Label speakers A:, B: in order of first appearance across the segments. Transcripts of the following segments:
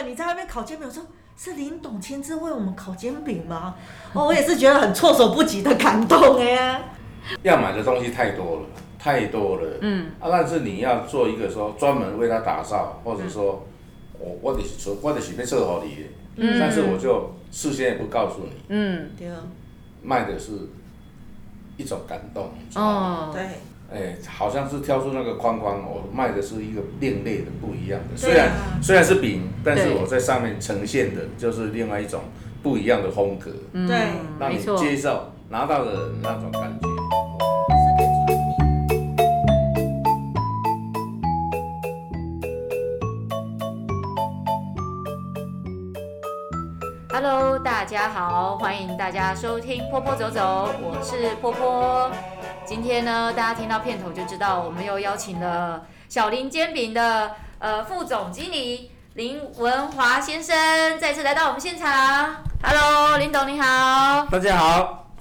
A: 啊你在外面烤煎饼，我说是林董亲自为我们烤煎饼吗？ 哦，我也是觉得很措手不及的感动哎呀。
B: 要买的东西太多了，太多了。
C: 嗯，
B: 啊，但是你要做一个说专门为他打造，或者说，我我得是我得是被设好你，
C: 嗯
B: 但是我就事先也不告诉你，
C: 嗯，
A: 对啊，
B: 卖的是一种感动，你知道吗？
C: 哦，
A: 对，
B: 哎，好像是跳出那个框框，我卖的是一个另类的、不一样的。虽
A: 对
B: 然
A: 啊
B: 虽然是饼，但是
C: 对
B: 我在上面呈现的就是另外一种不一样的风格，
C: 嗯
A: 对
B: 让
C: 没
B: 你
C: 错，
B: 接受拿到的人那种感觉。
C: Hello，大家好，欢迎大家收听《坡坡走走》，我是坡坡。今天呢，大家听到片头就知道，我们又邀请了小林煎饼的呃副总经理林文华先生再次来到我们现场。Hello，林董你好。
B: 大家好，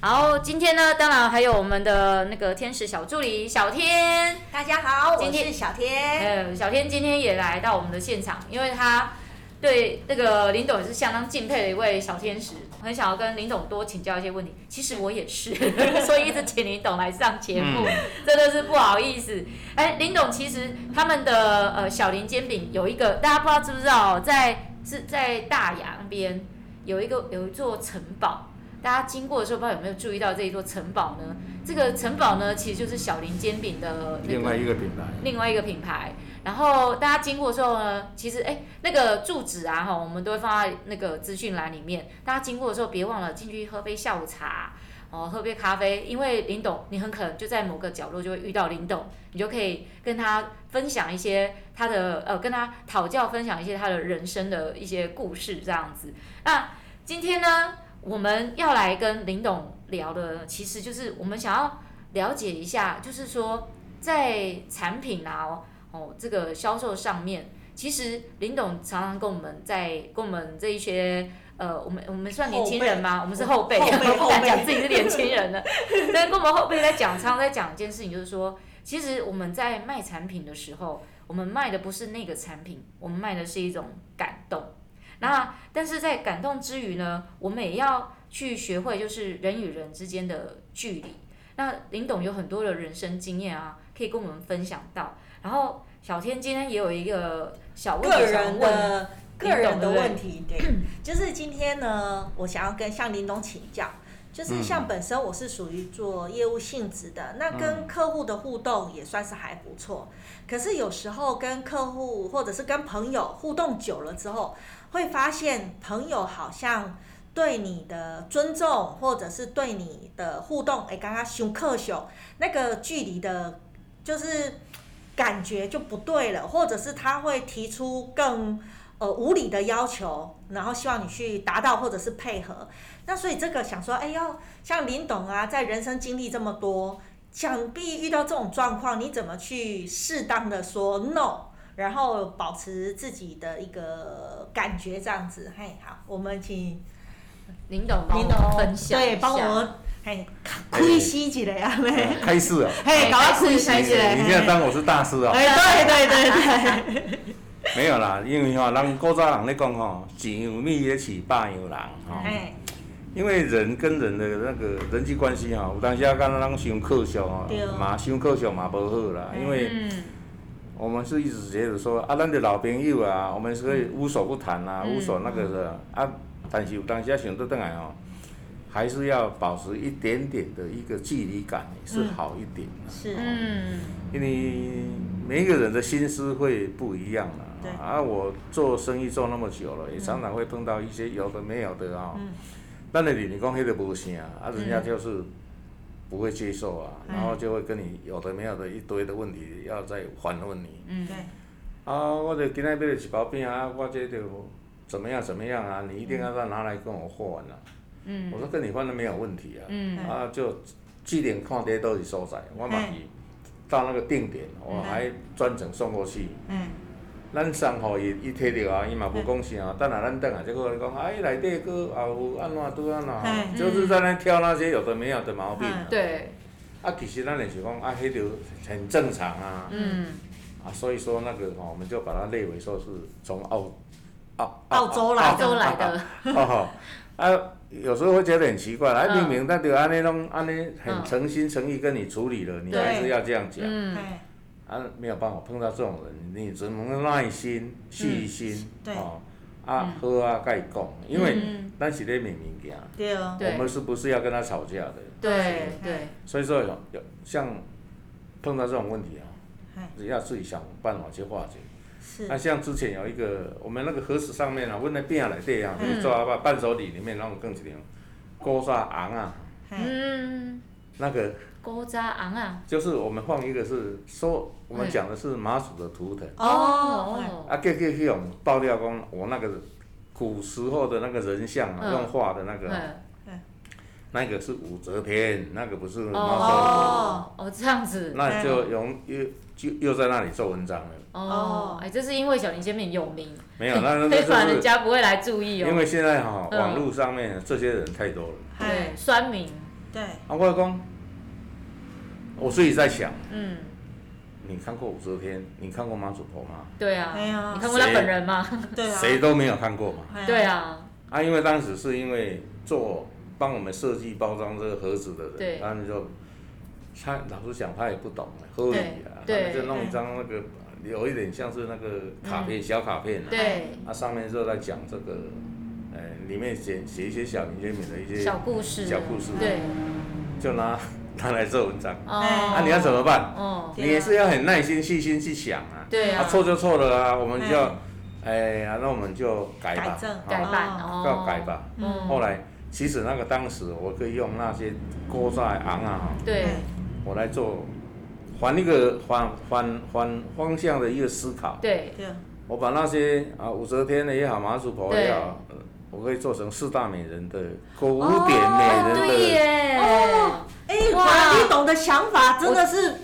C: 然后今天呢，当然还有我们的那个天使小助理小天。
A: 大家好
C: 今天
A: 小天。
C: 呃，小天今天也来到我们的现场，因为他对那个林董也是相当敬佩的一位小天使，很想要跟林董多请教一些问题。其实我也是， 所以一直请林董来上节目，
D: 嗯
C: 真的是不好意思。哎，林董其实他们的呃小林煎饼有一个，大家不知道知不知道，哦在是在大雅那边有一个有一座城堡。大家经过的时候，不知道有没有注意到这一座城堡呢？这个城堡呢，其实就是小林煎饼的、那个、
D: 另外一个品牌，
C: 另外一个品牌。然后大家经过的时候呢，其实哎，那个住址啊哈，我们都会放在那个资讯栏里面。大家经过的时候，别忘了进去喝杯下午茶，哦，喝杯咖啡，因为林董，你很可能就在某个角落就会遇到林董，你就可以跟他分享一些他的呃，跟他讨教分享一些他的人生的一些故事这样子。那今天呢，我们要来跟林董聊的，其实就是我们想要了解一下，就是说。在产品啊哦哦这个销售上面，其实林董常常跟我们在跟我们这一些呃，我们我们算年轻人吗？ 我们是后辈，
A: 后辈
C: 不
A: 后
C: 敢
A: 辈
C: 讲自己是年轻人了。但跟我们后辈在讲，常常在讲一件事情，就是说，其实我们在卖产品的时候，我们卖的不是那个产品，我们卖的是一种感动。那但是在感动之余呢，我们也要去学会，就是人与人之间的距离。那林董有很多的人生经验啊，可以跟我们分享到。然后小天今天也有一个小问
A: 个
C: 题想
A: 人
C: 问，
A: 的
C: 林董
A: 个人的
C: 对不对
A: 问题，对，就是今天呢，我想要跟向林董请教，就是像本身我是属于做业务性质的，那跟客户的互动也算是还不错，可是有时候跟客户或者是跟朋友互动久了之后，会发现朋友好像。对你的尊重，或者是对你的互动，哎，刚刚熊克熊那个距离的，就是感觉就不对了，或者是他会提出更呃无理的要求，然后希望你去达到或者是配合。那所以这个想说，哎，要像林董啊，在人生经历这么多，想必遇到这种状况，你怎么去适当的说 no，然后保持自己的一个感觉这样子。嘿，好，我们请
C: 林董帮我
A: 林
C: 们
A: 董
C: 分享一下，
A: 对，帮我们嘿
C: 哎
A: 开析一下啊，嘿，
D: 开市啊！
A: 嘿，搞到开
C: 开
A: 析
C: 始
A: 一
D: 你现在
A: 下。
D: 当我是大师哦？
A: 哎，对对对 对，
D: 没有啦，因为吼，人古早人咧讲吼，一样蜜也起百样人吼。
A: 哎，
D: 因为人跟人的那个人际关系吼，有当时啊，敢若人伤可惜吼
A: 对哦，
D: 啊嘛伤可惜嘛无好啦，因为
C: 嗯
D: 我们是一直觉得说啊，咱的老朋友啊，我们是可以无所不谈啊，
C: 嗯
D: 无所那个的啊，但是有当时啊想到倒来吼，还是要保持一点点的一个距离感是好一点啊。
A: 是，
C: 嗯
D: 因为每一个人的心思会不一样啦。
A: 对
D: 啊，我做生意做那么久了，也常常会碰到一些有的没有的啊、
A: 嗯
D: 那你你讲黑的不行啊，啊，
C: 嗯
D: 人家就是不会接受啊，
A: 嗯
D: 然后就会跟你有的没有的一堆的问题要再反问你。
C: 嗯
A: 对，
D: 啊，我就今天买了一包饼啊，我这就怎么样怎么样啊，你一定要再拿来跟我换啊。
C: 嗯
D: 我说跟你换的没有问题啊。
C: 嗯
D: 啊，就据点看地都是所在，我嘛是到那个定点，我
C: 嗯
D: 还专程送过去。
A: 嗯，
D: 咱送互伊，伊摕到啊，伊嘛无讲
C: 嗯
D: 啥，等下咱等下再过来讲，啊，伊内底佫啊有安怎拄安
A: 嗯
D: 怎，就是在那挑那些有的没有的毛病
C: 嗯
D: 啊。
C: 对
D: 啊，其实咱也是讲啊，迄就很正常啊。
C: 嗯
D: 啊，所以说那个吼，我们就把它列为说是从澳澳
A: 澳洲来
C: 澳
A: 的，
C: 洲来的，
D: 哦，啊，有时候会觉得很奇怪，啊，
C: 嗯
D: 明明他就安尼弄安尼
C: 嗯
D: 很诚心诚意跟你处理了，你
A: 对
D: 还是要这样讲，
C: 嗯，
A: 哎，
D: 啊，没有办法，碰到这种人，你只能耐心、细心，
A: 对
D: 哦，啊，好啊，该讲，因为
C: 嗯
D: 咱是咧明明讲，
A: 对哦，
C: 对
D: 我们是不是要跟他吵架的？
C: 对对，
D: 所以说有有像碰到这种问题啊，
A: 哎，
D: 要自己想办法去化解。
A: 是
C: 哎
D: 那、，像之前有一个我们那个河池上面啊，阮那边来对啊，
A: 嗯
D: 你做啊把伴手礼里面，然后更一条高砂昂啊，
A: 哎，
C: 嗯，
D: 那个
C: 古早昂啊，
D: 就是我们放一个是说我们讲的是麻薯的图腾，
A: 哦，
D: 啊，给给给我们爆料讲我那个古时候的那个人像啊，
C: 嗯
D: 用画的那个啊、
C: 嗯，
D: 那个是武则天，嗯那个不是麻薯的图
A: 哦
C: 哦哦这样子
D: 腾，，那就用又就又在那里做文章了。
C: 哦，哎，这是因为小林煎饼有名，
D: 没有，那那
C: 非
D: 那
C: 凡
D: 就
C: 人
D: 是
C: 家不会来注意
D: 因
C: 哦，
D: 为现在哈、
C: 嗯
D: 网络上面这些人太多了。
A: 哎
C: 对，，酸民，
A: 对，
D: 啊，我讲，我自己在想，
C: 嗯，
D: 你看过武则天，你看过马祖婆吗？
C: 对啊，
A: 哎呀
C: 你看过他本人吗？
A: 对啊，
D: 谁都没有看过嘛。
A: 哎呀
C: 对，啊，
D: 啊，因为当时是因为做帮我们设计包装这个盒子的人，
C: 对
D: 然后你就他老实讲，他也不懂喝语啊，
C: 对
D: 他就弄一张那个有一点像是那个卡片、小卡片啊，
C: 嗯对，
D: 啊上面就在讲这个，呃，里面写写一些小林煎饼的一些，
C: 小故事，
D: 哎小故事
C: 对，
D: 就拿 拿来做文章，
C: 哦，
A: 哎
D: 啊，你要怎么办？
C: 哦，
A: 对啊
D: 你也是要很耐心、细心去想啊。
C: 对
D: 啊，
C: 啊
D: 错就错了啊，我们就
A: 嗯，
D: 哎，啊那我们就改吧
A: 改，正
C: 改
D: 好
C: 版
A: 哦
C: 哦，
D: 要改吧。
C: 嗯
D: 后来，其实那个当时我可以用那些锅在昂啊，
C: 嗯对，
D: 我来做反一个反反反方向的一个思考。
C: 对，
A: 对，啊
D: 我把那些啊武则天的也好，马祖婆也好，呃我可以做成四大美人的古典美
C: 哦，
D: 人
C: 对
D: 的。
C: 耶，
A: 哦哎，
C: 哇
A: 哇，你懂的想法真的是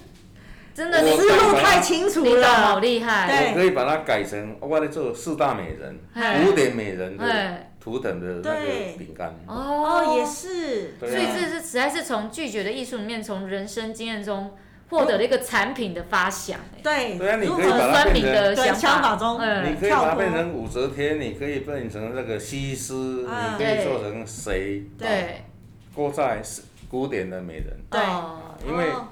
C: 真的，
D: 我
C: 你
A: 思路太清楚
C: 你懂好
A: 了，
C: 厉害，
D: 我可以把它改成，我来做四大美人、
C: 嘿
D: 古典美人的
C: 哎，
D: 图腾的那
A: 对
D: 个饼干。
A: 哦，也
C: 是。
A: 是，
D: 对啊
C: 所以这是实在是从拒绝的艺术里面，从人生经验中获得了一个产品的发想、哎
A: 对，
D: 对啊你
A: 如
D: 可以把
A: 何
D: 它
C: 酸民的
A: 对想
C: 法
A: 法中
D: 你
C: 嗯，
D: 可以把它
A: 跳脱
D: 变成武则天，你可以变成那个西施，
A: 啊
D: 你可以做成谁？
C: 对，
D: 郭在是古典的美人。
A: 对
C: 哦
D: 因为
A: 哦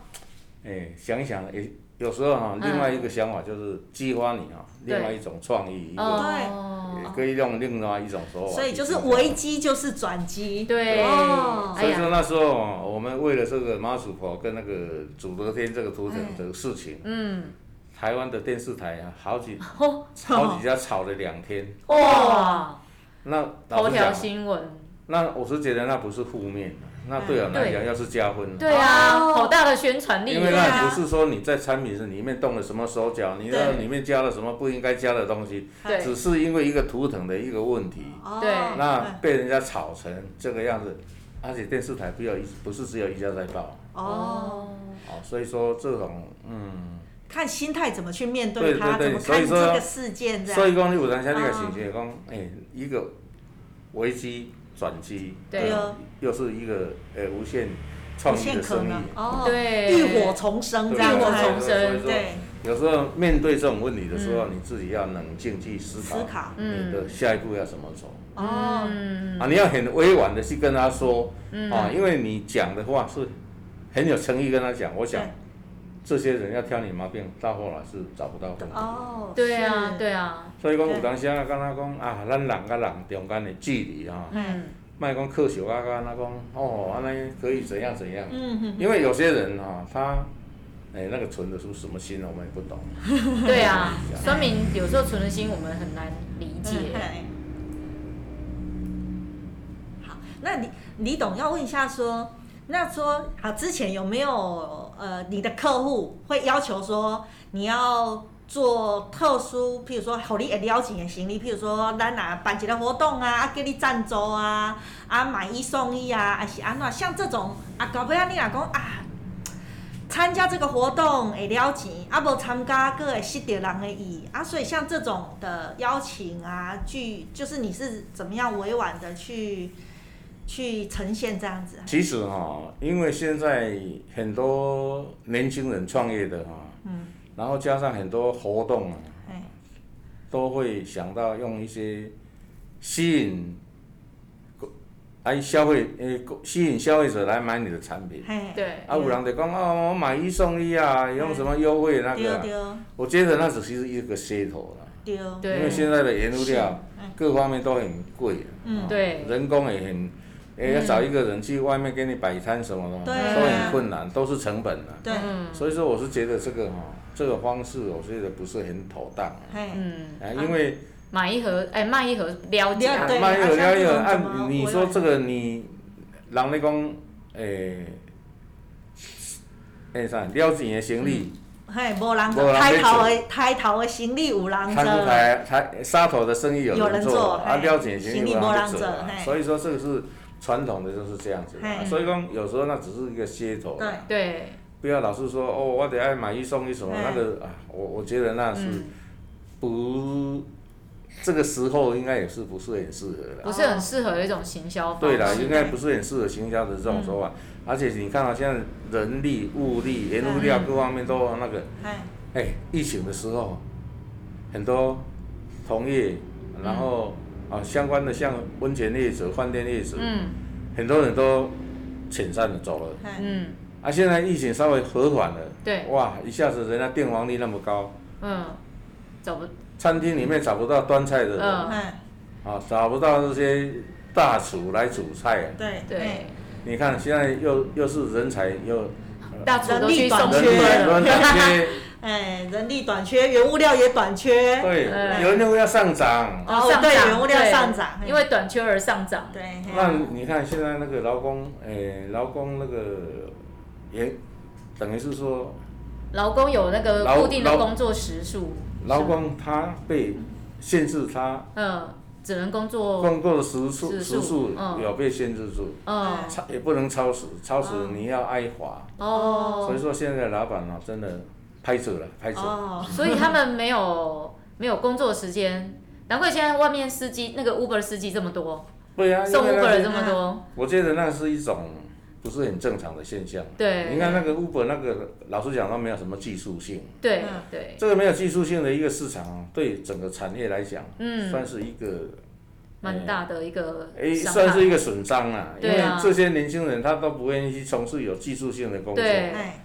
D: 哎，想一想也有时候哈，
C: 嗯
D: 另外一个想法就是激发你哈，
C: 对
D: 另外一种创意，一个
C: 哦，
D: 也可以用另外一种手法。
A: 所以就是危。机就是转机，
C: 对，
A: 哦
C: 哎
D: 所以说
C: 呀，
D: 那时候哦我们为了这个马祖婆跟那个主德天这个图腾的事情，
C: 嗯，
D: 台湾的电视台啊，好几
C: 哦
D: 好几家吵了两天。
C: 哇，
D: 那
C: 头
D: 老实
C: 条
D: 讲，
C: 新闻，
D: 那我是觉得那不是负面的，那对我们来讲要是加分的，
C: 嗯对啊，
A: 哦
C: 好大的宣传力
D: 因为
A: 对啊
C: 啊，
D: 那不是说你在产品里面动了什么手脚，你在
A: 对
D: 里面加了什么不应该加的东西，
C: 对
D: 只是因为一个图腾的一个问题，
A: 哦
C: 对
D: 那被人家炒成这个样子，而且电视台不要一不是只有一家在报，
A: 哦，
D: 哦，所以说这种嗯，
A: 看心态怎么去面对它，
D: 对
A: 怎么
D: 对对
A: 看这
D: 所以说
A: 个事件
C: 啊
A: 这
D: 所
A: 样，
D: 以讲你有当下你
C: 哦
D: 个情绪讲，哎，一个危机转机，
C: 对
A: 哦
D: 又是一个呃无限创
A: 无
D: 意
A: 限
D: 的
A: 可
D: 生意
A: 能。哦，，
C: 对，
A: 浴火重生这
D: 对
A: 样
C: 浴
A: 子，
C: 火重生
A: 对，
D: 所以说有时候面对这种问题的时候，你自己要冷静去思考，
A: 嗯思考嗯
D: 你的下一步要怎么走、
A: 哦，
C: 嗯，
D: 啊？你要很委婉的去跟他说、
A: 嗯
D: 啊，因为你讲的话是很有诚意跟他讲。我想
A: 对
D: 这些人要挑你毛病，到后来是找不到根源。
A: 哦，
C: 对啊，
A: 是，
C: 对啊，
D: 所以讲，
A: 对
D: 有当时啊，敢若讲啊，咱人甲人中间的距离啊，
C: 嗯，
D: 莫讲苛求啊，敢若讲哦，安尼可以怎样怎样。
A: 嗯哼，
D: 因为有些人啊，他哎、那个存的是什么心呢？我们也不懂。
C: 对啊， 酸民有时候存的心我们很难理
A: 嗯
C: 解，
A: 嘿好，那李李董要问一下说。那说好，之前有没有呃，你的客户会要求说你要做特殊，譬如说互你会了解的行李，譬如说咱啊办一个活动啊，啊叫你赞助啊，啊买一送一啊，还是安怎？像这种啊，到尾啊，你若讲啊，参加这个活动会了钱，啊无参加个会失掉人的意，啊所以像这种的邀请啊，去就是你是怎么样委婉的去去呈现这样子啊？
D: 其实哈、因为现在很多年轻人创业的哈、
A: 嗯
D: 然后加上很多活动啊，
A: 哎，
D: 都会想到用一些吸引，哎消费呃吸引消费者来买你的产品。
A: 嘿，
C: 对，
D: 啊，有人就讲哦，我买一送一啊，用什么优惠那个
A: 丢
D: 啊、
A: 丢
D: 我觉得那只是一个噱头啦，
A: 丢，
C: 对
D: 因为现在的原物料
A: 嗯
D: 各方面都很贵、啊，
A: 嗯
C: 对
D: 人工也很，也要找一个人去外面给你摆摊什么的，
A: 对
C: 啊
D: 都很困难，都是成本啊。
A: 对，
C: 嗯
D: 所以说，我是觉得这个哈、这个方式我觉得不是很妥当啊，
A: 嘿，
C: 嗯，
D: 啊因为
C: 买一盒，哎，卖一盒了解啊，
A: 对
D: 卖
A: 啊
D: 有
A: 像
D: 了
A: 这
D: 有，
A: 种怎
D: 按
A: 么
D: 你
A: 回
D: 说
A: 来
D: 这个你，人咧讲，诶、诶啥，了钱的行李。
A: 嗯嘿，无人
D: 没人要
A: 抬头的抬头的行李有人
D: 看出
A: 做，
D: 台台沙头的生意有
A: 有人
D: 人
A: 做
D: 做，啊，
A: 嘿
D: 了解行
A: 生意
D: 意
A: 没
D: 有
A: 人
D: 人做
A: 做
D: 啊，
A: 嘿
D: 所以说这个是传统的就是这样子的啊，
A: 嘿
D: 所以讲有时候那只是一个噱头
A: 对
D: 啊，
C: 对，
D: 不要老是说哦，我得爱买一送一什么
A: 嘿
D: 那个啊，我我觉得那是
C: 哎嗯，
D: 不，这个时候应该也是不是很适合的。
C: 不是很适合的一种行销方
D: 对
C: 式。
D: 啦，
A: 是
D: 应该不是很适合行销的这种手法，而且你看啊，现在人力、物力、原物料
C: 嗯
D: 各方面都那个，
A: 嘿，
D: 哎、疫情的时候，很多同业，然后、啊相关的像温泉业者、饭店业者，
C: 嗯
D: 很多人都遣散了走了。
A: 嘿，
C: 嗯
D: 啊，现在疫情稍微和缓了，
C: 对
D: 哇，一下子人家订房率那么高，
C: 嗯，走不
D: 餐厅里面找不到端菜的人，
C: 嗯
A: 嘿，
D: 啊，找不到这些大厨来煮菜。
A: 对
C: 对
A: 嘿，
D: 你看现在又又是人才又
C: 大厨都
A: 人力
C: 去
A: 短
D: 人
C: 送
A: 缺
C: 去
D: 才
C: 了，
D: 人 才缺，
A: 哎，人力短缺，原物料也短 缺，
D: 对，
C: 嗯
D: 有人要上涨。
A: 哦
C: 上涨
A: 对原物料
C: 对
A: 上涨嘿
C: 因为短缺而上涨。
A: 对，
D: 那
A: 嘿，
D: 你看现在那个劳工，诶、劳工那个也等于是说，
C: 劳工有那个
D: 劳
C: 固定的
D: 劳
C: 工作时数，
D: 劳工他被限制他
C: 嗯，只能工作，
D: 工作的时数
C: 时
D: 时
C: 数
D: 数
C: 嗯
D: 有被限制住，
C: 嗯，
A: 哎
D: 超也不能超时，超时你要挨罚。所以
C: 哦，
D: 说现在老板啊，真的拍手了，拍手。
A: 哦，
C: 所以他们没有没有工作时间，难怪现在外面司机那个 Uber 司机这么多，
D: 对啊，因
C: 送
D: 为那
C: Uber 的
D: 是
C: 这么多，
D: 我觉得那是一种不是很正常的现象。啊你
C: 对
D: 看那个 Uber 那个，老实讲，它没有什么技术性。
C: 对
A: 嗯
C: 对，
D: 这个没有技术性的一个市场啊，对整个产业来讲，
C: 嗯
D: 算是一个
C: 蛮大的一个
D: 诶，
C: 伤
D: 算
C: 害
D: 是一个损伤啦。因
C: 对
D: 为
C: 啊
D: 这些年轻人他都不愿意去从事有技术性的工作。
C: 对
A: 哎，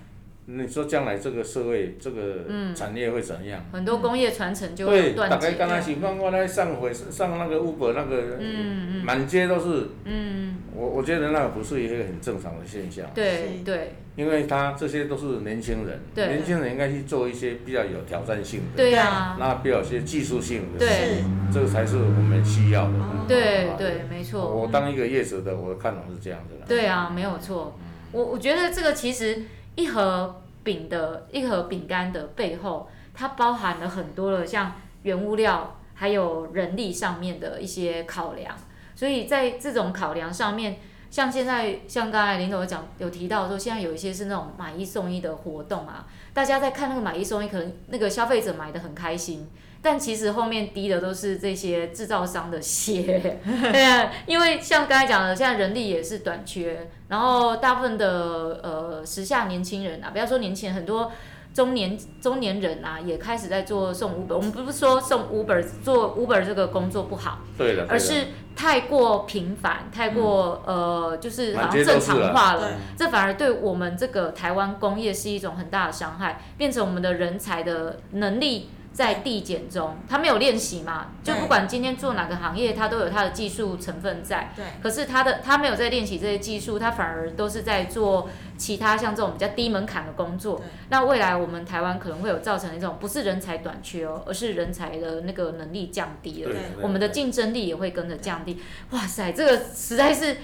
D: 你说将来这个社会这
C: 嗯
D: 个产业会怎样？
C: 很多工业传承就
D: 对，
C: 会
D: 大
C: 断
D: 概
C: 绝
D: 刚
C: 掉。
D: 开始刚过来上回上那个 Uber 那个，
C: 嗯嗯
D: 满街都是。
C: 嗯，
D: 我我觉得那不是一个很正常的现象，
C: 对
A: 是
C: 对
D: 因为他这些都是年轻人，
C: 对
D: 年轻人应该去做一些比较有挑战性的，
C: 对啊，
D: 那比较有些技术性的，
C: 对
A: 是，
D: 这个才是我们需要的。
A: 哦
C: 对对，没错。
D: 我当一个业者的，我的看法是这样子的。
C: 对啊，没有错。我我觉得这个其实一盒饼的一盒饼干的背后，它包含了很多的像原物料还有人力上面的一些考量。所以在这种考量上面，像现在像刚才林总讲有提到说，现在有一些是那种买一送一的活动啊，大家在看那个买一送一，可能那个消费者买的很开心。但其实后面滴的都是这些制造商的血， 对啊，因为像刚才讲的，现在人力也是短缺，然后大部分的呃时下年轻人啊，不要说年轻人，很多中年中年人啊，也开始在做送 Uber。我们不是说送 Uber 做 Uber 这个工作不好，
D: 对了，对了啊
C: 而是太过频繁，太过、呃，就是好
D: 满
C: 像
D: 街都
C: 正
D: 是啊
C: 常化了
A: 对，
C: 这反而对我们这个台湾工业是一种很大的伤害，变成我们的人才的能力在递减中，他没有练习嘛，就
A: 对
C: 不管今天做哪个行业，他都有他的技术成分在。
A: 对，
C: 可是他的他没有在练习这些技术，他反而都是在做其他像这种比较低门槛的工作
A: 对。
C: 那未来我们台湾可能会有造成一种不是人才短缺哦，而是人才的那个能力降低了。
D: 对啊
A: 对
C: 我们的竞争力也会跟着降低。哇塞，这个实在是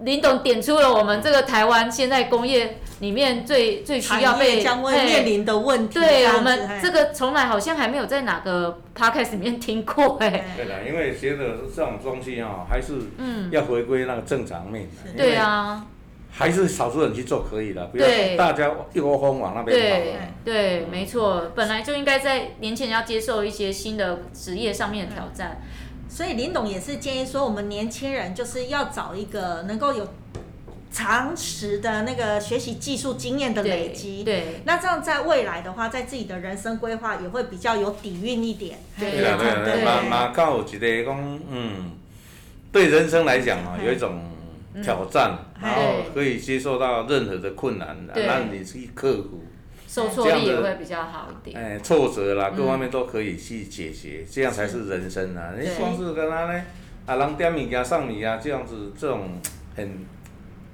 C: 林董点出了我们这个台湾现在工业里面最最需要
A: 产业
C: 被
A: 将会
C: 嘿
A: 面临的问题，
C: 对
A: 样
C: 我
A: 子
C: 们这，个从来好像还没有在哪个 podcast 里面听过哎、
A: 嘿
D: 对了，因为觉得这种东西啊，还是
C: 嗯，
D: 要回归那个正常面的。因为
C: 对，啊，
D: 还是少数人去做可以的，不要
C: 对
D: 大家一窝蜂往那边
C: 对
D: 跑啊。
C: 对，没错，本来就应该在年轻人要接受一些新的职业上面的挑战。
A: 所以林董也是建议说，我们年轻人就是要找一个能够有常识的那个学习技术经验的累积。
C: 对，
A: 那这样在未来的话，在自己的人生规划也会比较有底蕴一点。啊
C: 对
D: 对啦对啊啦，对
C: 对
D: 啦嘛嘛，刚有一个讲，嗯，对人生来讲哦，
A: 嗯
D: 有一种挑战，
A: 嗯
D: 然后可以接受到任何的困难，
C: 对
D: 让你去克服，
C: 受挫力也会比较好一点。
D: 哎，挫折啦，
C: 嗯
D: 各方面都可以去解决，这样才是人生啊！你
C: 对
D: 光是跟他呢，啊，人点物件送你啊，这样子这种很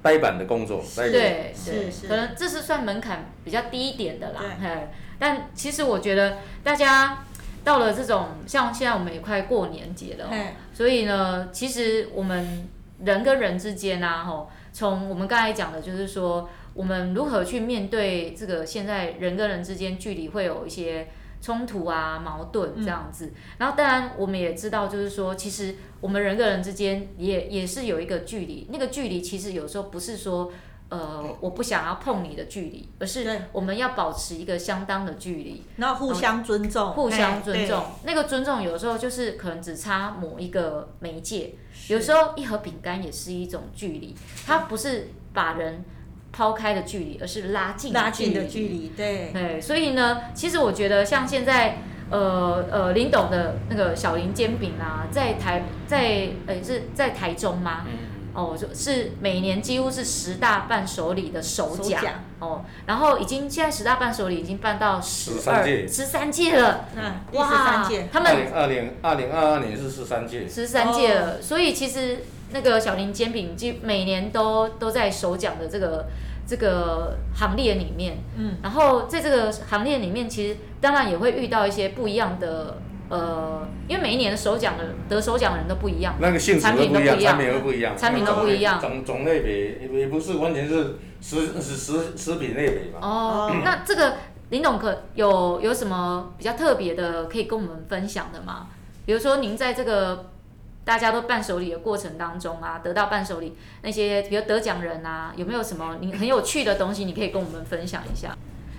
D: 呆板的工作，呆板
C: 对
A: 是
C: 对，
A: 是
C: 可能这是算门槛比较低一点的啦
A: 对。
C: 嘿，但其实我觉得大家到了这种，像现在我们也快过年节了哦、
A: 嘿
C: 所以呢，其实我们人跟人之间啊，吼，从我们刚才讲的，就是说我们如何去面对这个现在人跟人之间距离会有一些冲突啊、矛盾这样子。然后当然我们也知道，就是说其实我们人跟人之间也也是有一个距离，那个距离其实有时候不是说。呃，我不想要碰你的距离，而是
A: 对
C: 我们要保持一个相当的距离。
A: 然后互相尊重，
C: 哦互相尊重
A: 嘿。
C: 那个尊重有时候就是可能只差某一个媒介，
A: 对
C: 有时候一盒饼干也是一种距离，它不是把人抛开的距离，而是拉近
A: 拉近的
C: 距
A: 距离，对，
C: 对，所以呢，其实我觉得像现在，呃呃，林董的那个小林煎饼啊，在台在呃是在台中吗？哦，就是每年几乎是十大伴手礼的首
A: 首
C: 奖
A: 奖
C: 哦，然后已经现在十大伴手礼已经办到十
D: 13
C: 二
D: 届
C: 十三届了，
A: 那第十嗯三
C: 哇
A: 届，，
C: 他
D: 二
C: 们
D: 零二零二零二二年是十三届，
C: 十三届了，所以其实那个小林煎饼基每年都都在首奖的这个这个行列里面，
A: 嗯，
C: 然后在这个行列里面，其实当然也会遇到一些不一样的，呃，因为每一年的首奖的得首奖人都不一样，
D: 那个性质都不一样，产
C: 产品
D: 品都不一样，
C: 产品都不一样
D: 种种类别也也不是完全是食食食食品类别嘛。
C: 哦，
A: 嗯
C: 那这个林董可有有什么比较特别的可以跟我们分享的吗？比如说您在这个大家都伴手礼的过程当中啊，得到伴手礼那些，比如得奖人啊，有没有什么你很有趣的东西，你可以跟我们分享一下？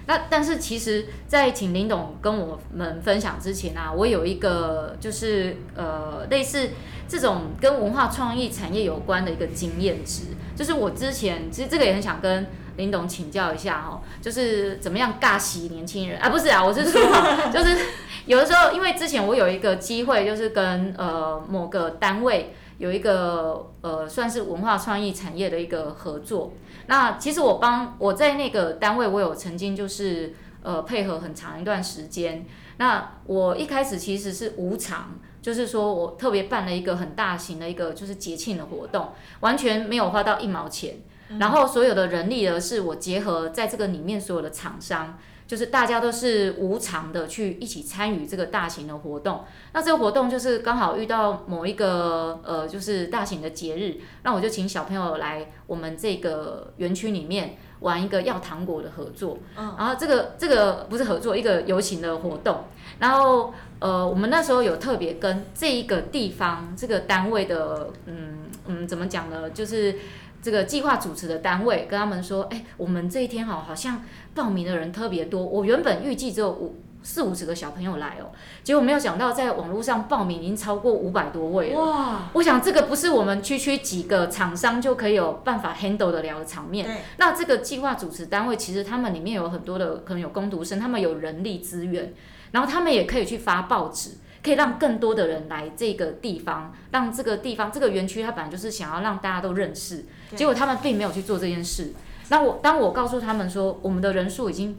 C: 那但是其实，在请林董跟我们分享之前啊，我有一个就是呃类似这种跟文化创意产业有关的一个经验值，就是我之前其实这个也很想跟林董请教一下哦，就是怎么样尬洗年轻人啊？不是啊，我是说 哈，就是有的时候，因为之前我有一个机会，就是跟呃某个单位有一个呃算是文化创意产业的一个合作。那其实我帮我在那个单位，我有曾经就是呃配合很长一段时间。那我一开始其实是无偿，就是说我特别办了一个很大型的一个就是节庆的活动，完全没有花到一毛钱。然后所有的人力呢，是我结合在这个里面所有的厂商，就是大家都是无偿的去一起参与这个大型的活动。那这个活动就是刚好遇到某一个呃，就是大型的节日，那我就请小朋友来我们这个园区里面玩一个要糖果的合作。
A: 嗯，
C: 然后这个这个不是合作，一个游行的活动。然后呃，我们那时候有特别跟这一个地方这个单位的，嗯嗯，怎么讲呢？就是这个计划主持的单位跟他们说，哎，我们这一天好好像报名的人特别多。我原本预计只有五四五十个小朋友来哦，结果没有想到在网络上报名已经超过五百多位了。
A: 哇，
C: 我想这个不是我们区区几个厂商就可以有办法 handle 得了的场面。
A: 对，
C: 那这个计划主持单位其实他们里面有很多的可能有工读生，他们有人力资源，然后他们也可以去发报纸，可以让更多的人来这个地方，让这个地方这个园区，它本来就是想要让大家都认识，
A: 对
C: 结果他们并没有去做这件事。那我当我告诉他们说，我们的人数已经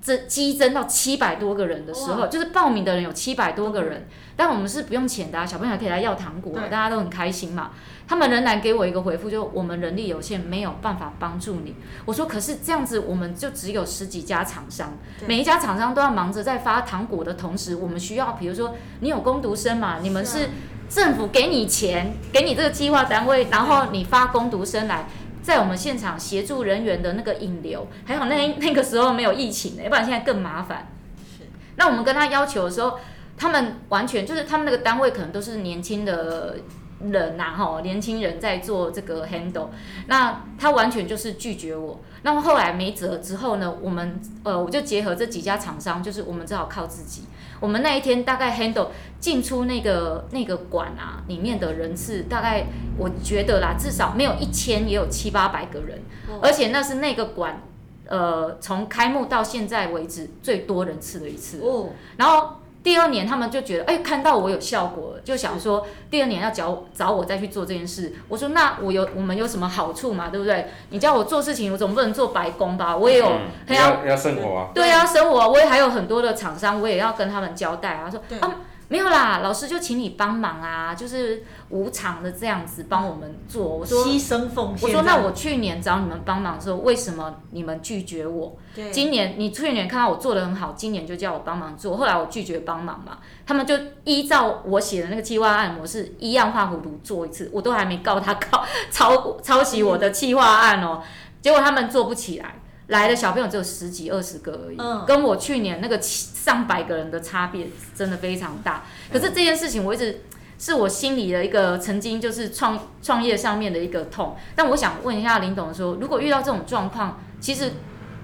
C: 增激增到七百多个人的时候，
A: 哇
C: 就是报名的人有七百多个人，但我们是不用钱的、啊，小朋友还可以来要糖果啊、
A: 对
C: 大家都很开心嘛。他们仍然给我一个回复，就我们人力有限，没有办法帮助你。我说，可是这样子，我们就只有十几家厂商，
A: 对
C: 每一家厂商都要忙着在发糖果的同时，我们需要，比如说你有工读生嘛，你们
A: 是啊
C: 是政府给你钱，给你这个计划单位，然后你发工读生来。在我们现场协助人员的那个引流，还好那那个时候没有疫情、要不然现在更麻烦。
A: 是，
C: 那我们跟他要求的时候，他们完全就是他们那个单位可能都是年轻的人呐、吼，年轻人在做这个 handle，那他完全就是拒绝我。那么后来没辙之后呢，我们呃，我就结合这几家厂商，就是我们只好靠自己。我们那一天大概 handle 进出那个那个馆啊，里面的人次大概我觉得啦，至少没有一千也有七八百个人，
A: 哦
C: 而且那是那个馆呃从开幕到现在为止最多人次的一次了。
A: 哦，
C: 然后第二年他们就觉得，哎、看到我有效果了，就想说第二年要找找我再去做这件事。我说那我有我们有什么好处嘛？对不对？你叫我做事情，我总不能做白工吧？我也有，还
D: 嗯
C: 要
D: 要要生活啊，
C: 对啊，生活我也还有很多的厂商，我也要跟他们交代啊，说
A: 对
C: 啊没有啦，老师就请你帮忙啊，就是无偿的这样子帮我们做。我说
A: 牺牲嗯奉献。
C: 我说那我去年找你们帮忙的时候，为什么你们拒绝我？
A: 对
C: 今年你去年看到我做的很好，今年就叫我帮忙做，后来我拒绝帮忙嘛，他们就依照我写的那个计划案模式，一样画葫芦做一次，我都还没告他告抄抄袭我的计划案哦，结果他们做不起来，来的小朋友只有十几二十个而已，
A: 嗯
C: 跟我去年那个七上百个人的差别真的非常大。可是这件事情我一直。是我心里的一个曾经就是创创业上面的一个痛，但我想问一下林董说，如果遇到这种状况，其实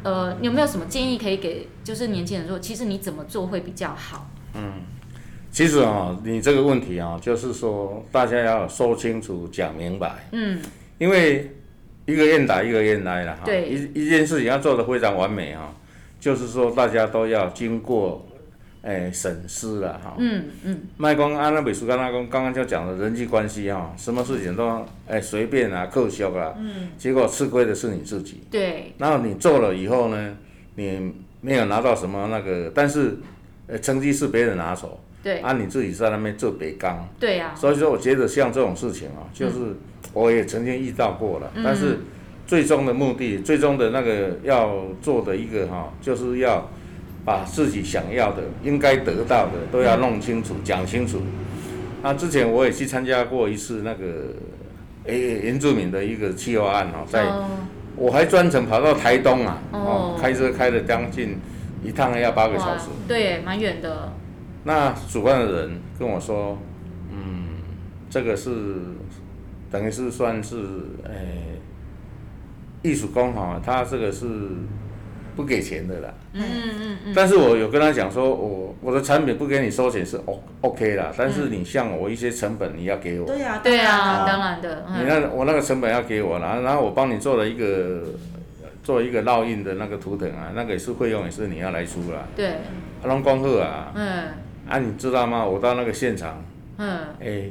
C: 呃，你有没有什么建议可以给就是年轻人说，其实你怎么做会比较好？
D: 其实啊、你这个问题啊、就是说大家要说清楚、讲明白，
C: 嗯，
D: 因为一个愿打一个愿挨了哈。
C: 对
D: 一一件事情要做得非常完美哈、就是说大家都要经过诶审视了哈。
C: 嗯嗯，
D: 麦公安那美术刚刚刚刚刚就讲了人际关系哈、什么事情都诶随便啊、客销啊，嗯，结果吃亏的是你自己。
C: 对，
D: 然后你做了以后呢，你没有拿到什么那个，但是呃成绩是别人拿走，
C: 对，
D: 啊，你自己在那边做北钢。
C: 对呀、啊，
D: 所以说，我觉得像这种事情啊，就是我也曾经遇到过了，但是最终的目的，最终的那个要做的一个哈、就是要把自己想要的、应该得到的都要弄清楚、讲清楚。那之前我也去参加过一次那个诶原住民的一个企划案哦，在
C: 哦
D: 我还专程跑到台东啊，
C: 哦
D: 哦，开车开了将近一趟要八个小
C: 哇
D: 时。，
C: 对，蛮远的，
D: 那主办的人跟我说，嗯，这个是等于是算是诶、艺术工哈，他这个是不给钱的啦。
C: 嗯嗯嗯，
D: 但是我有跟他讲说，我我的产品不给你收钱是 O OK 啦，但是你像我一些成本你要给我，
A: 对呀、
C: 对
A: 呀、
C: 啊，当然的，
D: 哦你
C: 嗯，
D: 那我那个成本要给我啦，然后我帮你做了一个做一个烙印的那个图腾啊，那个也是费用也是你要来出啦，
C: 对，
D: 啊，拢讲好啊，
C: 嗯
D: 啊你知道吗？我到那个现场。
C: 嗯
D: 哎、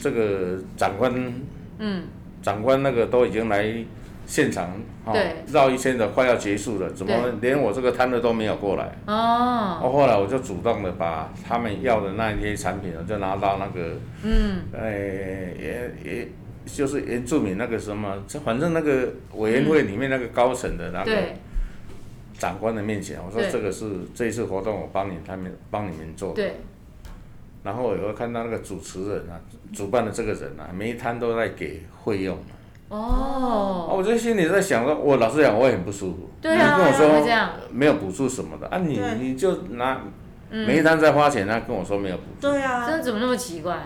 D: 这个长官
C: 嗯，
D: 长官那个都已经来现场，哦
C: 对
D: 绕一圈的快要结束了，怎么
C: 对
D: 连我这个摊的都没有过来？
C: 哦，
D: 哦，后来我就主动的把他们要的那一些产品，我就拿到那个，
C: 嗯，
D: 哎、也也就是原住民那个什么，这反正那个委员会里面那个高层的那个
C: 嗯对，
D: 长官的面前，我说
C: 对
D: 这个是这一次活动我帮你他们帮你们做的。
C: 对，
D: 然后也会看到那个主持人啊，主办的这个人啊，每一摊都在给费用。啊，
C: 哦，
D: 我就心里在想说，我老实讲，我也很不舒服。
C: 对啊，
D: 你跟我
C: 怎么会这
D: 说
C: 样，
D: 没有补助什么的啊你，
A: 对
D: 你就拿
C: 嗯
D: 每一摊在花钱，他跟我说没有补助。
A: 对啊呀、
C: 真的怎么那么奇怪？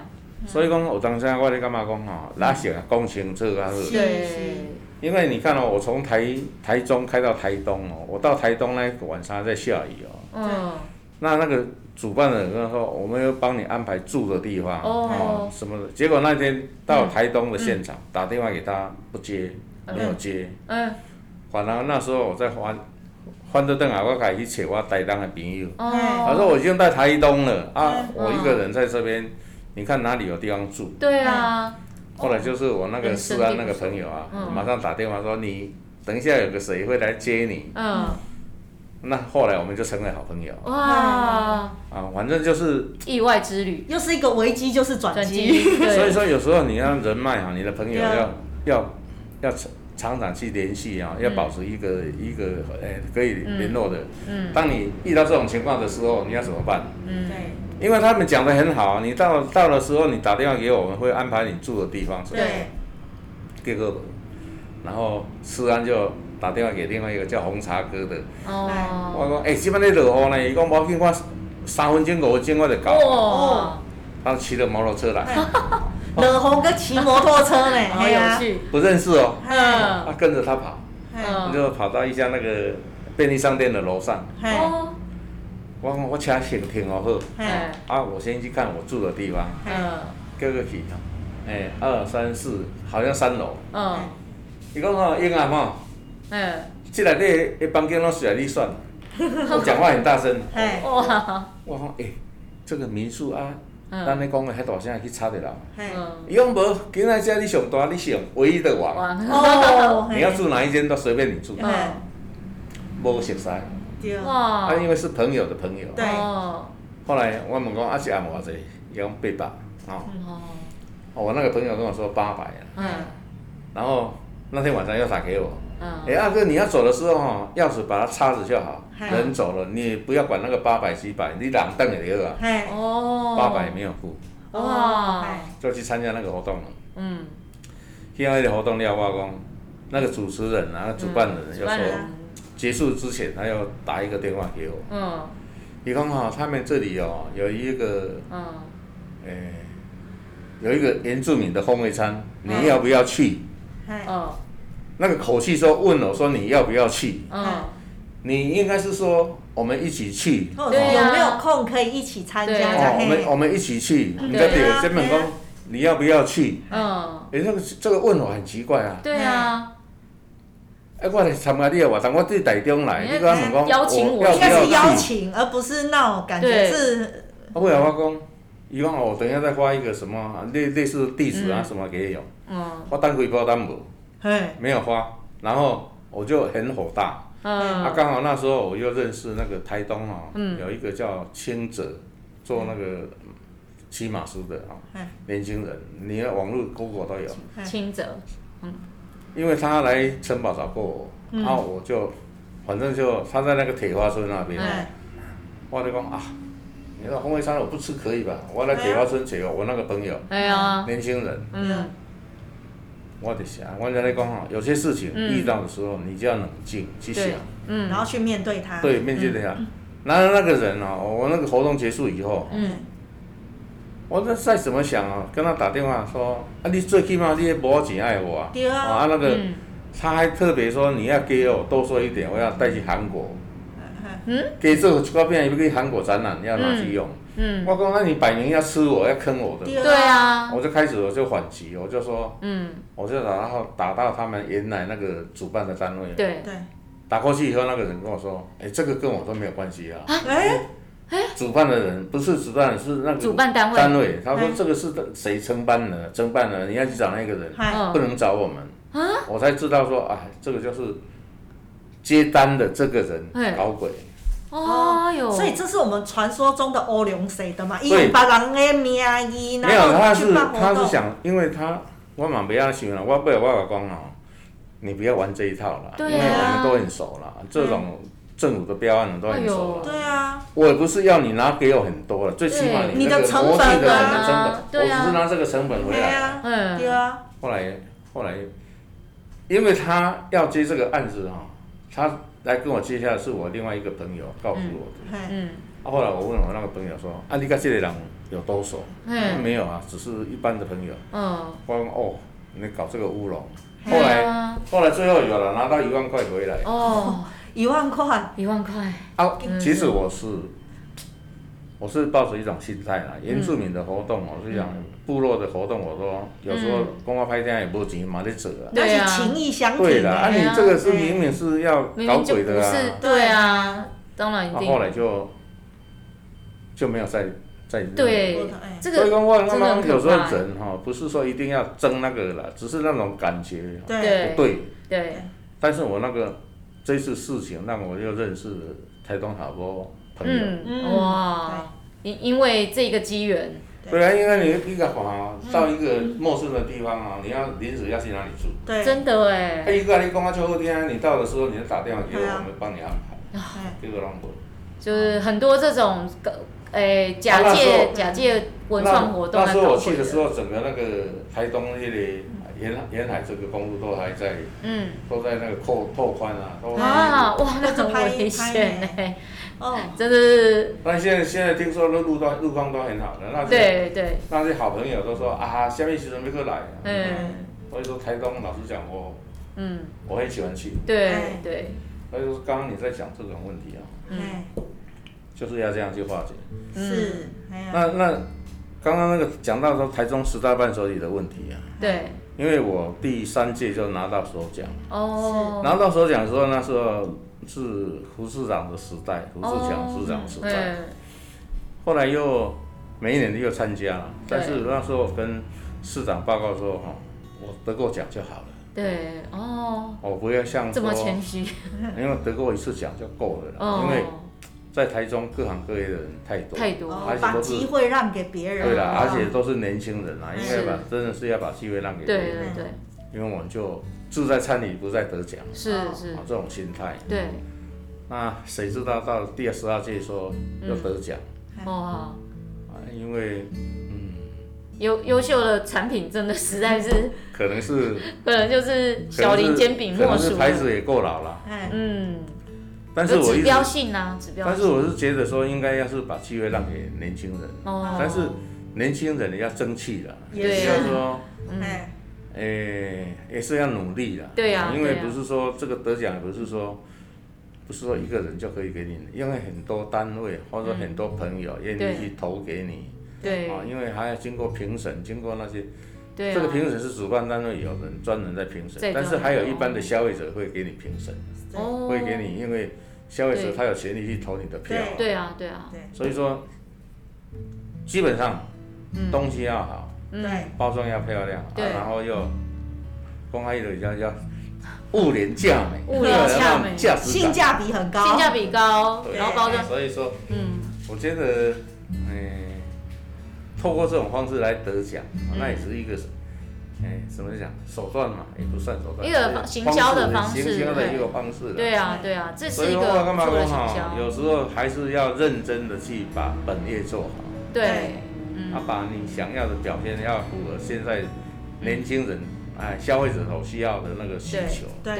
D: 所以讲，我当下我咧干嘛讲吼，那些讲清楚啊，
C: 嗯
A: 是
C: 对，
D: 因为你看哦，我从台台中开到台东哦，我到台东那个晚上还在下雨哦，
C: 嗯，
D: 那那个主办的人跟他说，我们要帮你安排住的地方
C: 哦
D: 哦什么的。结果那天到台东的现场、打电话给他不接，没有接，
C: 嗯，
D: 反而那时候我在翻翻到凳啊，我家去找我台东的朋友，
C: 哦，
D: 他说我已经在台东了啊
A: 嗯，
D: 我一个人在这边，你看哪里有地方住？
C: 对啊，
D: 后来就是我那个
C: 人
D: 四
C: 生地
D: 安
C: 不
D: 那个
C: 熟
D: 朋友啊，
C: 嗯
D: 马上打电话说你等一下有个谁会来接你，
C: 嗯，
D: 那后来我们就成为好朋友
C: 哇，
D: 啊，反正就是
C: 意外之旅。
A: 又是一个危机就是转
C: 转
A: 机，
C: 机，对
D: 所以说有时候你要人脉啊，你的朋友
A: 对
D: 要
A: 啊
D: 要要常常常去联系啊，要保持一个一个诶可以联络的。
C: 嗯
D: 当你遇到这种情况的时候，你要怎么办？
C: 嗯，
A: 对
D: 因为他们讲的很好，啊你到到的时候你打电话给我，我们会安排你住的地方，是吧？
A: 对
D: 第二个，然后思安就打电话给另外一个叫红茶哥的，
C: 哦，
D: 我讲哎诶，即摆咧落雨呢，伊讲无要
C: 哦
A: 哦
D: 紧，我三分钟五分钟我就到。
C: 哇，
D: 他骑了摩托车来，
A: 冷红跟骑摩托车呢，
C: 好
A: 嘿
C: 有
A: 啊，
C: 趣，
D: 不认识哦，
A: 嗯，
D: 他、
C: 嗯
D: 跟着他跑，
A: 嘿
C: 嗯
D: 就跑到一家那个便利商店的楼上，
A: 嘿
C: 哦，
D: 我讲我车先停好好，
A: 嘿，
C: 哎，
D: 啊，我先去看我住的地方，
C: 嗯
D: 叫个去，哎、二三四，好像三楼，
C: 嗯
D: 伊讲吼，英啊吼，
C: 嗯，
D: 即内底的房间拢是来你 选，我讲话很大声，
A: 嘿，
C: 哇，
D: 我讲诶、欸这个民宿啊，咱
C: 嗯
D: 咧讲的迄大声去吵着人，
A: 嘿，
C: 嗯，
D: 伊讲无，今仔遮你上大，你上唯一的王，
C: 哇， 嗯
A: 哦，嘿
D: 你要住哪一间都随便你住，
A: 嗯
D: 无熟
C: 哦
D: 悉，
A: 对，
C: 哇
D: 啊，，因为是朋友的朋友。
A: 对
C: 哦，
D: 后来我问讲啊，是按偌济，伊讲八百，哦，
C: 哦，
D: 我那个朋友跟我说八百啊，
C: 嗯
D: 然后那天晚上又打给我，哎、
C: 嗯，
D: 二哥你要走的时候哈，钥匙把它插着就好，
A: 嗨
D: 人走了你不要管那个八百几百，你两瞪也得啊，
A: 嘿，
C: 哦，
D: 八百没有付，
A: 哇，嘿
D: 就去参加那个活动了。
C: 嗯，
D: 去那个活动了，我讲那个主持人啊，
C: 어.
D: 主办人
C: 嗯主
D: 就
C: 办
D: 说
C: 人，
D: 结束之前他要打一个电话给我，
C: 嗯
D: 你看哈，他们这里哦有一个
C: 嗯，
D: 诶、有一个原住民的烘焙餐，
C: 嗯
D: 你要不要去？
A: 嘿，
C: 哦，
D: 那个口气说问我说你要不要去？
C: 嗯，
D: 你应该是说我们一起去，
A: 或者
C: 对
A: 哦有
C: 啊
A: 没有空可以一起参加
C: 对啊
D: 哦，我们
A: 嘿，
D: 我们一起去。
A: 嗯
D: 你在
A: 对啊
D: 点这
A: 对
D: 本工
A: 啊，
D: 你要不要去？
C: 嗯，
D: 哎、这个这个问我很奇怪啊！
C: 对啊，
D: 哎、我来参加你的活动，我对台中来，
C: 你
D: 你
C: 要
D: 跟他们讲，
C: 邀请我
D: 我要
A: 应该
D: 不
A: 是邀
D: 要去？
A: 请，而不是闹，感觉
C: 对
A: 是，
D: 啊，不然我讲，伊讲哦，等一下再发一个什么类类似地址啊
C: 嗯
D: 什么给你用，
C: 嗯
D: 我单回包单无，
A: 嘿，
D: 没有发，然后我就很火大。啊，
C: 嗯，
D: 刚好那时候我又认识那个台东哦，
C: 嗯
D: 有一个叫清哲，做那个骑马术的啊、
A: 嗯
D: 年轻人，你看网络 Google 都有，
C: 清者，
D: 因为他来城堡找过我，然、后、我就反正就他在那个铁花村那
C: 嗯
D: 边，
A: 嘿，
D: 我就讲啊，你说红卫山我不吃可以吧？我来铁花村找我那个朋友，
C: 哎呀，
D: 年轻人，
A: 네.
C: 嗯，
D: 我就想，我就在讲哦，有些事情
C: 嗯
D: 遇到的时候，你就要冷静去想。
C: 对，嗯
A: 然，后去面对他，
D: 对，面对的呀。然后那个人哦，我那个活动结束以后，
C: 嗯，
D: 我那再怎么想啊，跟他打电话说，啊，你最起码你也无钱爱我啊，
A: 对啊
D: 啊，那个、
C: 嗯，
D: 他还特别说你要给我多说一点，我要带去韩国，
C: 嗯，
D: 给这个出国片要去韩国展览，你要拿去用。
C: 嗯，
D: 我讲那你摆明要吃我，要坑我的嘛，
A: 对
C: 对啊，
D: 我就开始我就反击，我就说，
C: 嗯，
D: 我就打到打到他们原来那个主办的单位，
C: 对，
A: 对，
D: 打过去以后，那个人跟我说，哎、这个跟我都没有关系啊。
A: 哎，
D: 主办的人不是主办人，是那个
C: 主办单位，哎
D: 单位。他说
A: 嗯
D: 这个是谁承办的？承办的，你要去找那个人，
A: 嗨，
D: 不
C: 嗯，
D: 能找我们。
C: 啊
D: 我才知道说，哎，这个就是接单的这个人
C: 嗯
D: 搞鬼。
C: 哦哟，
A: 所以这是我们传说中的欧龙谁的嘛，
D: 对
A: 伊有别人的名义，
D: 没有，他
A: 然后
D: 是
A: 去办
D: 他
A: 活
D: 是
A: 动，
D: 想，因为他我嘛不要想了，我不要我讲哦，你不要玩这一套了，因
C: 对啊
D: 为我们都很熟了，这种政府的标案我们都很熟了
C: 哎呦。
A: 对啊，
D: 我也不是要你拿给我很多了，最起码你
C: 对
D: 那
A: 你
D: 个
A: 的成
D: 国际
A: 本
D: 的
A: 啊
D: 你的成本，我
C: 对啊
D: 只是拿这个成本回
A: 对
D: 来。
A: 啊，对
C: 嗯，
A: 啊，
D: 后来后来，因为他要接这个案子哈、他来跟我接洽的是我另外一个朋友告诉我的。
A: 嘿，
C: 嗯，
D: 啊，后来我问我那个朋友说：“啊，你跟这个人有多熟？”
C: 嗯
D: 没有啊，只是一般的朋友。
C: 嗯，
D: 我说：“哦，你搞这个乌龙。”后
C: 对
D: 来
C: 啊，
D: 后来最后有了拿到一万块回来
C: 哦，
A: 一万块，
C: 一万块，
D: 啊
C: 嗯！
D: 其实我是。我是抱着一种心态啦，
C: 嗯
D: 原住民的活动，我是讲部落的活动，我说有时候
C: 嗯
D: 公安拍天也不钱嘛，得走啊。
A: 那
C: 对
A: 是
C: 啊
A: 情意相
D: 对
A: 挺
D: 的，啊，
A: 的，
D: 你
C: 哎呀
D: 这个是明明是要
C: 明
D: 搞
C: 明就
D: 鬼
C: 不
D: 的
C: 是
D: 啊，，
C: 对啊，当然
D: 啊
C: 一定，
D: 后来就就没有再再
C: 对
A: 哎，
C: 这
D: 所以
C: 个，
D: 说，我刚
C: 真的很
D: 刚
C: 可
D: 有时候
C: 怕
D: 人哈，不是说一定要争那个了，只是那种感觉
A: 对，
C: 对
D: 不对。
C: 对，
D: 但是我那个这次事情让我又认识了台东好多朋友。
A: 음.
C: 嗯，
A: 네.
C: 哇，因因为这个机缘，
D: 对啊，因为你一个啊，到一个陌生的地方啊，你要临时要去哪里住？
A: 对，
C: 真的
D: 他
C: 哎，
D: 一个你公安就后天，你到的时候你就打电话给我，
A: 对啊
D: 我们帮你安排。
A: 哎
D: 这个让我
C: 就是很多这种，哎，假
D: 嗯那时
C: 借
D: 候
C: 假借文创活动
D: 那
C: 来
D: 时候
C: 搞
D: 我去
C: 鬼
D: 的时
C: 的，
D: 候，整个那个台东那里也沿沿海这个公路都还在
C: 嗯，
D: 都在那个扩拓宽啊，都
C: 啊，哇，那
A: 就
C: 很
A: 拍
C: 危险
A: 拍
C: 哎，
A: 哦，
C: 真的是，
D: 但现在现在听说那路段路况都很好的，那些
C: 对对，
D: 那些好朋友都说啊，下面时准备过来、啊。
C: 嗯
D: 所以说台东，老实讲，我
C: 嗯，
D: 我很喜欢去。
C: 对
A: 哎
C: 对，
D: 所以说刚刚你在讲这种问题啊，
C: 嗯
A: 哎，
D: 就是要这样去化解。
A: 是，哎
C: 嗯
A: 呀，
D: 那那刚刚那个讲到说台中十大伴手礼的问题啊，
C: 对，
D: 因为我第三届就拿到首奖，
C: 哦，
D: 拿到首奖的时候，那时候是胡市长的时代，胡志强
C: 哦
D: 市长时代，
C: 嗯，
D: 后来又每一年又参加了，
C: 对
D: 但是那时候我跟市长报告说，哈，我得过奖就好了，
C: 对，哦，
D: 我不要像
C: 这
D: 说
C: 么谦虚，
D: 因为得过一次奖就够了啦，因为
C: 哦，
D: 在台中各行各业的人太多，
C: 太多，
A: 哦
D: 而且
A: 把
D: 都是
A: 机会让给别人，
D: 对啦，
C: 啊
D: 而且都是年轻人啊，应该把真的是要把机会让给
C: 对
D: 别人，
C: 对对，
D: 因为我们就志在参与，不在得奖
C: 是是
D: 啊，这种心态。
C: 对，
D: 那谁知道到第十二届说要得奖、
C: 哇，
D: 啊？因为
C: 优优秀的产品真的实在是，
D: 可能 是
C: 可能呃就是小林煎饼
D: 可
C: 莫
D: 能是
C: 属
D: 牌
C: 了，
D: 子也够老了，
A: 哎，
C: 嗯，
D: 但是
C: 有
D: 我一
C: 指
D: 直，
C: 标性啊，指标
D: 但
C: 性，
D: 是我是觉得说应该要是把机会让给年轻人，
C: 哦，啊
D: 但是年轻人也要争气的，
A: 也
C: 对
D: 也
A: 是
D: 要说。
A: 哎，
D: 诶、也是要努力的。
C: 对呀
D: 因为
C: 对呀啊
D: 不是说这个得奖，不是说不是说一个人就可以给你，因为很多单位或者说很多朋友愿
C: 对
D: 意去投给你
C: 嗯对
D: 啊，因为还要经过评审，经过那些
C: 对啊，
D: 这个评审是主办单位有人专人在评审
C: 在，
D: 但
C: 专
D: 是
C: 门
D: 还有
C: 哦
D: 一般的消费者会给你评审，
C: 哦，
D: 会给你，因为消费者
C: 对
D: 他有权利去投你的票，
A: 对
C: 对啊对啊，
A: 对
D: 所以说基本上
C: 嗯
D: 东西要好，
A: 对，
D: 包装要漂亮，啊、
C: 对
D: 然后又公开的叫叫物廉价美，
C: 物廉价美
D: 价值
A: 性
D: 感。
A: 价比很高，
C: 性价比高，
D: 对
C: 然后包装，
D: 所以说，
C: 嗯，
D: 我觉得，嗯、透过这种方式来得奖，啊那
C: 嗯
D: 也是一个，哎、怎么讲，手段嘛，也不算手段，
C: 一个
D: 就是
C: 行销的方式
D: 行销的
C: 对
D: 一个方式啦。
C: 对啊对啊，这
D: 所
C: 是
D: 以
C: 一
D: 说
C: 个
D: 我干
C: 不
D: 嘛
C: 错的
D: 说
C: 行
D: 哈，有
C: 销，
D: 时候还是要认真的去把本业做好。
C: 对，嗯
D: 啊，把你想要的表现要符合现在年轻人哎消费者所需要的那个需求
A: 对，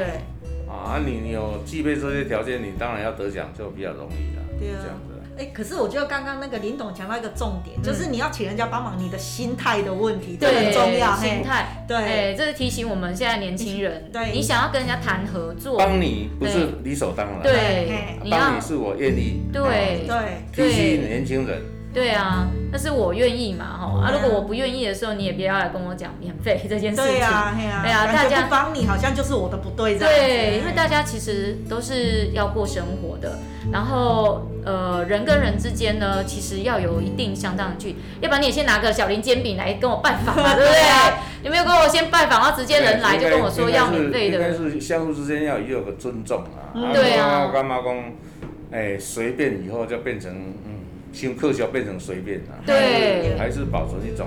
D: 啊，你你有具备这些条件，你当然要得奖就比较容易了，
A: 对啊
D: 这样子。
A: 哎，可是我觉得刚刚那个林董讲到一个重点，就是你要请人家帮忙，你的心态的问题，这很重要，
C: 心
A: 嘿，
C: 态。
A: 对，
C: 哎、这是提醒我们现在年轻人，
A: 对
C: 你想要跟人家谈合作，
D: 帮你不是理所当然，啊
C: 对，你
D: 帮
C: 要
D: 你是我愿意，
C: 对
A: 对，
D: 提
C: 对
D: 醒年轻人，
C: 对啊，那是我愿意嘛，吼啊，
A: 对
C: 如
A: 啊
C: 果我不愿意的时候，你也不要来跟我讲免费这件事情，
A: 对呀，嘿呀，啊
C: 哎呀大
A: 感觉
C: 家
A: 不帮你好像就是我的不对这样子，
C: 对，因为
A: 哎
C: 大家其实都是要过生活的，然后呃，人跟人之间呢，其实要有一定相当的距离，要不然你也先拿个小林煎饼来跟我拜 访嘛，对不对？
A: 啊
C: 你没有跟我先拜访，然后直接人来就跟我说要免费
D: 应该
C: 的，
D: 是相互之间要有个尊重啊。
A: 嗯
C: 对啊
D: 我干妈讲，哎，随便以后就变成嗯，新科学变成随便了，
C: 对
D: 还是保存一种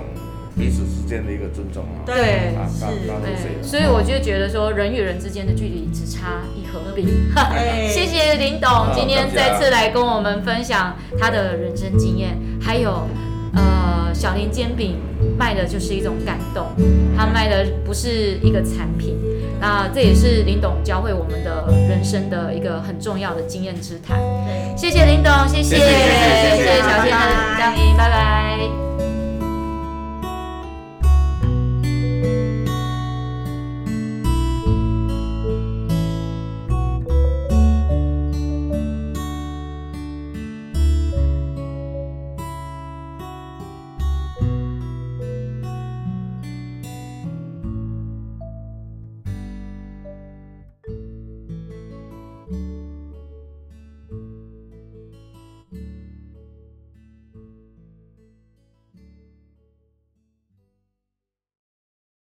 D: 彼此之间的一个尊重啊。
A: 对
D: 啊，
A: 是
D: 大大家都这
C: 对，
D: 样
C: 所以我就觉得说，人与人之间的距离只差一和饼。
A: 哎
C: 谢谢林董
D: 好
C: 今天
D: 感谢啊
C: 再次来跟我们分享他的人生经验，还有呃小林煎饼卖的就是一种感动，他卖的不是一个产品。那这也是林董教会我们的人生的一个很重要的经验之谈。
A: 对
C: 谢谢林董，谢谢
D: 谢谢谢谢谢谢
C: 谢小
A: 拜
C: 仙
A: 拜
C: 人张英，拜拜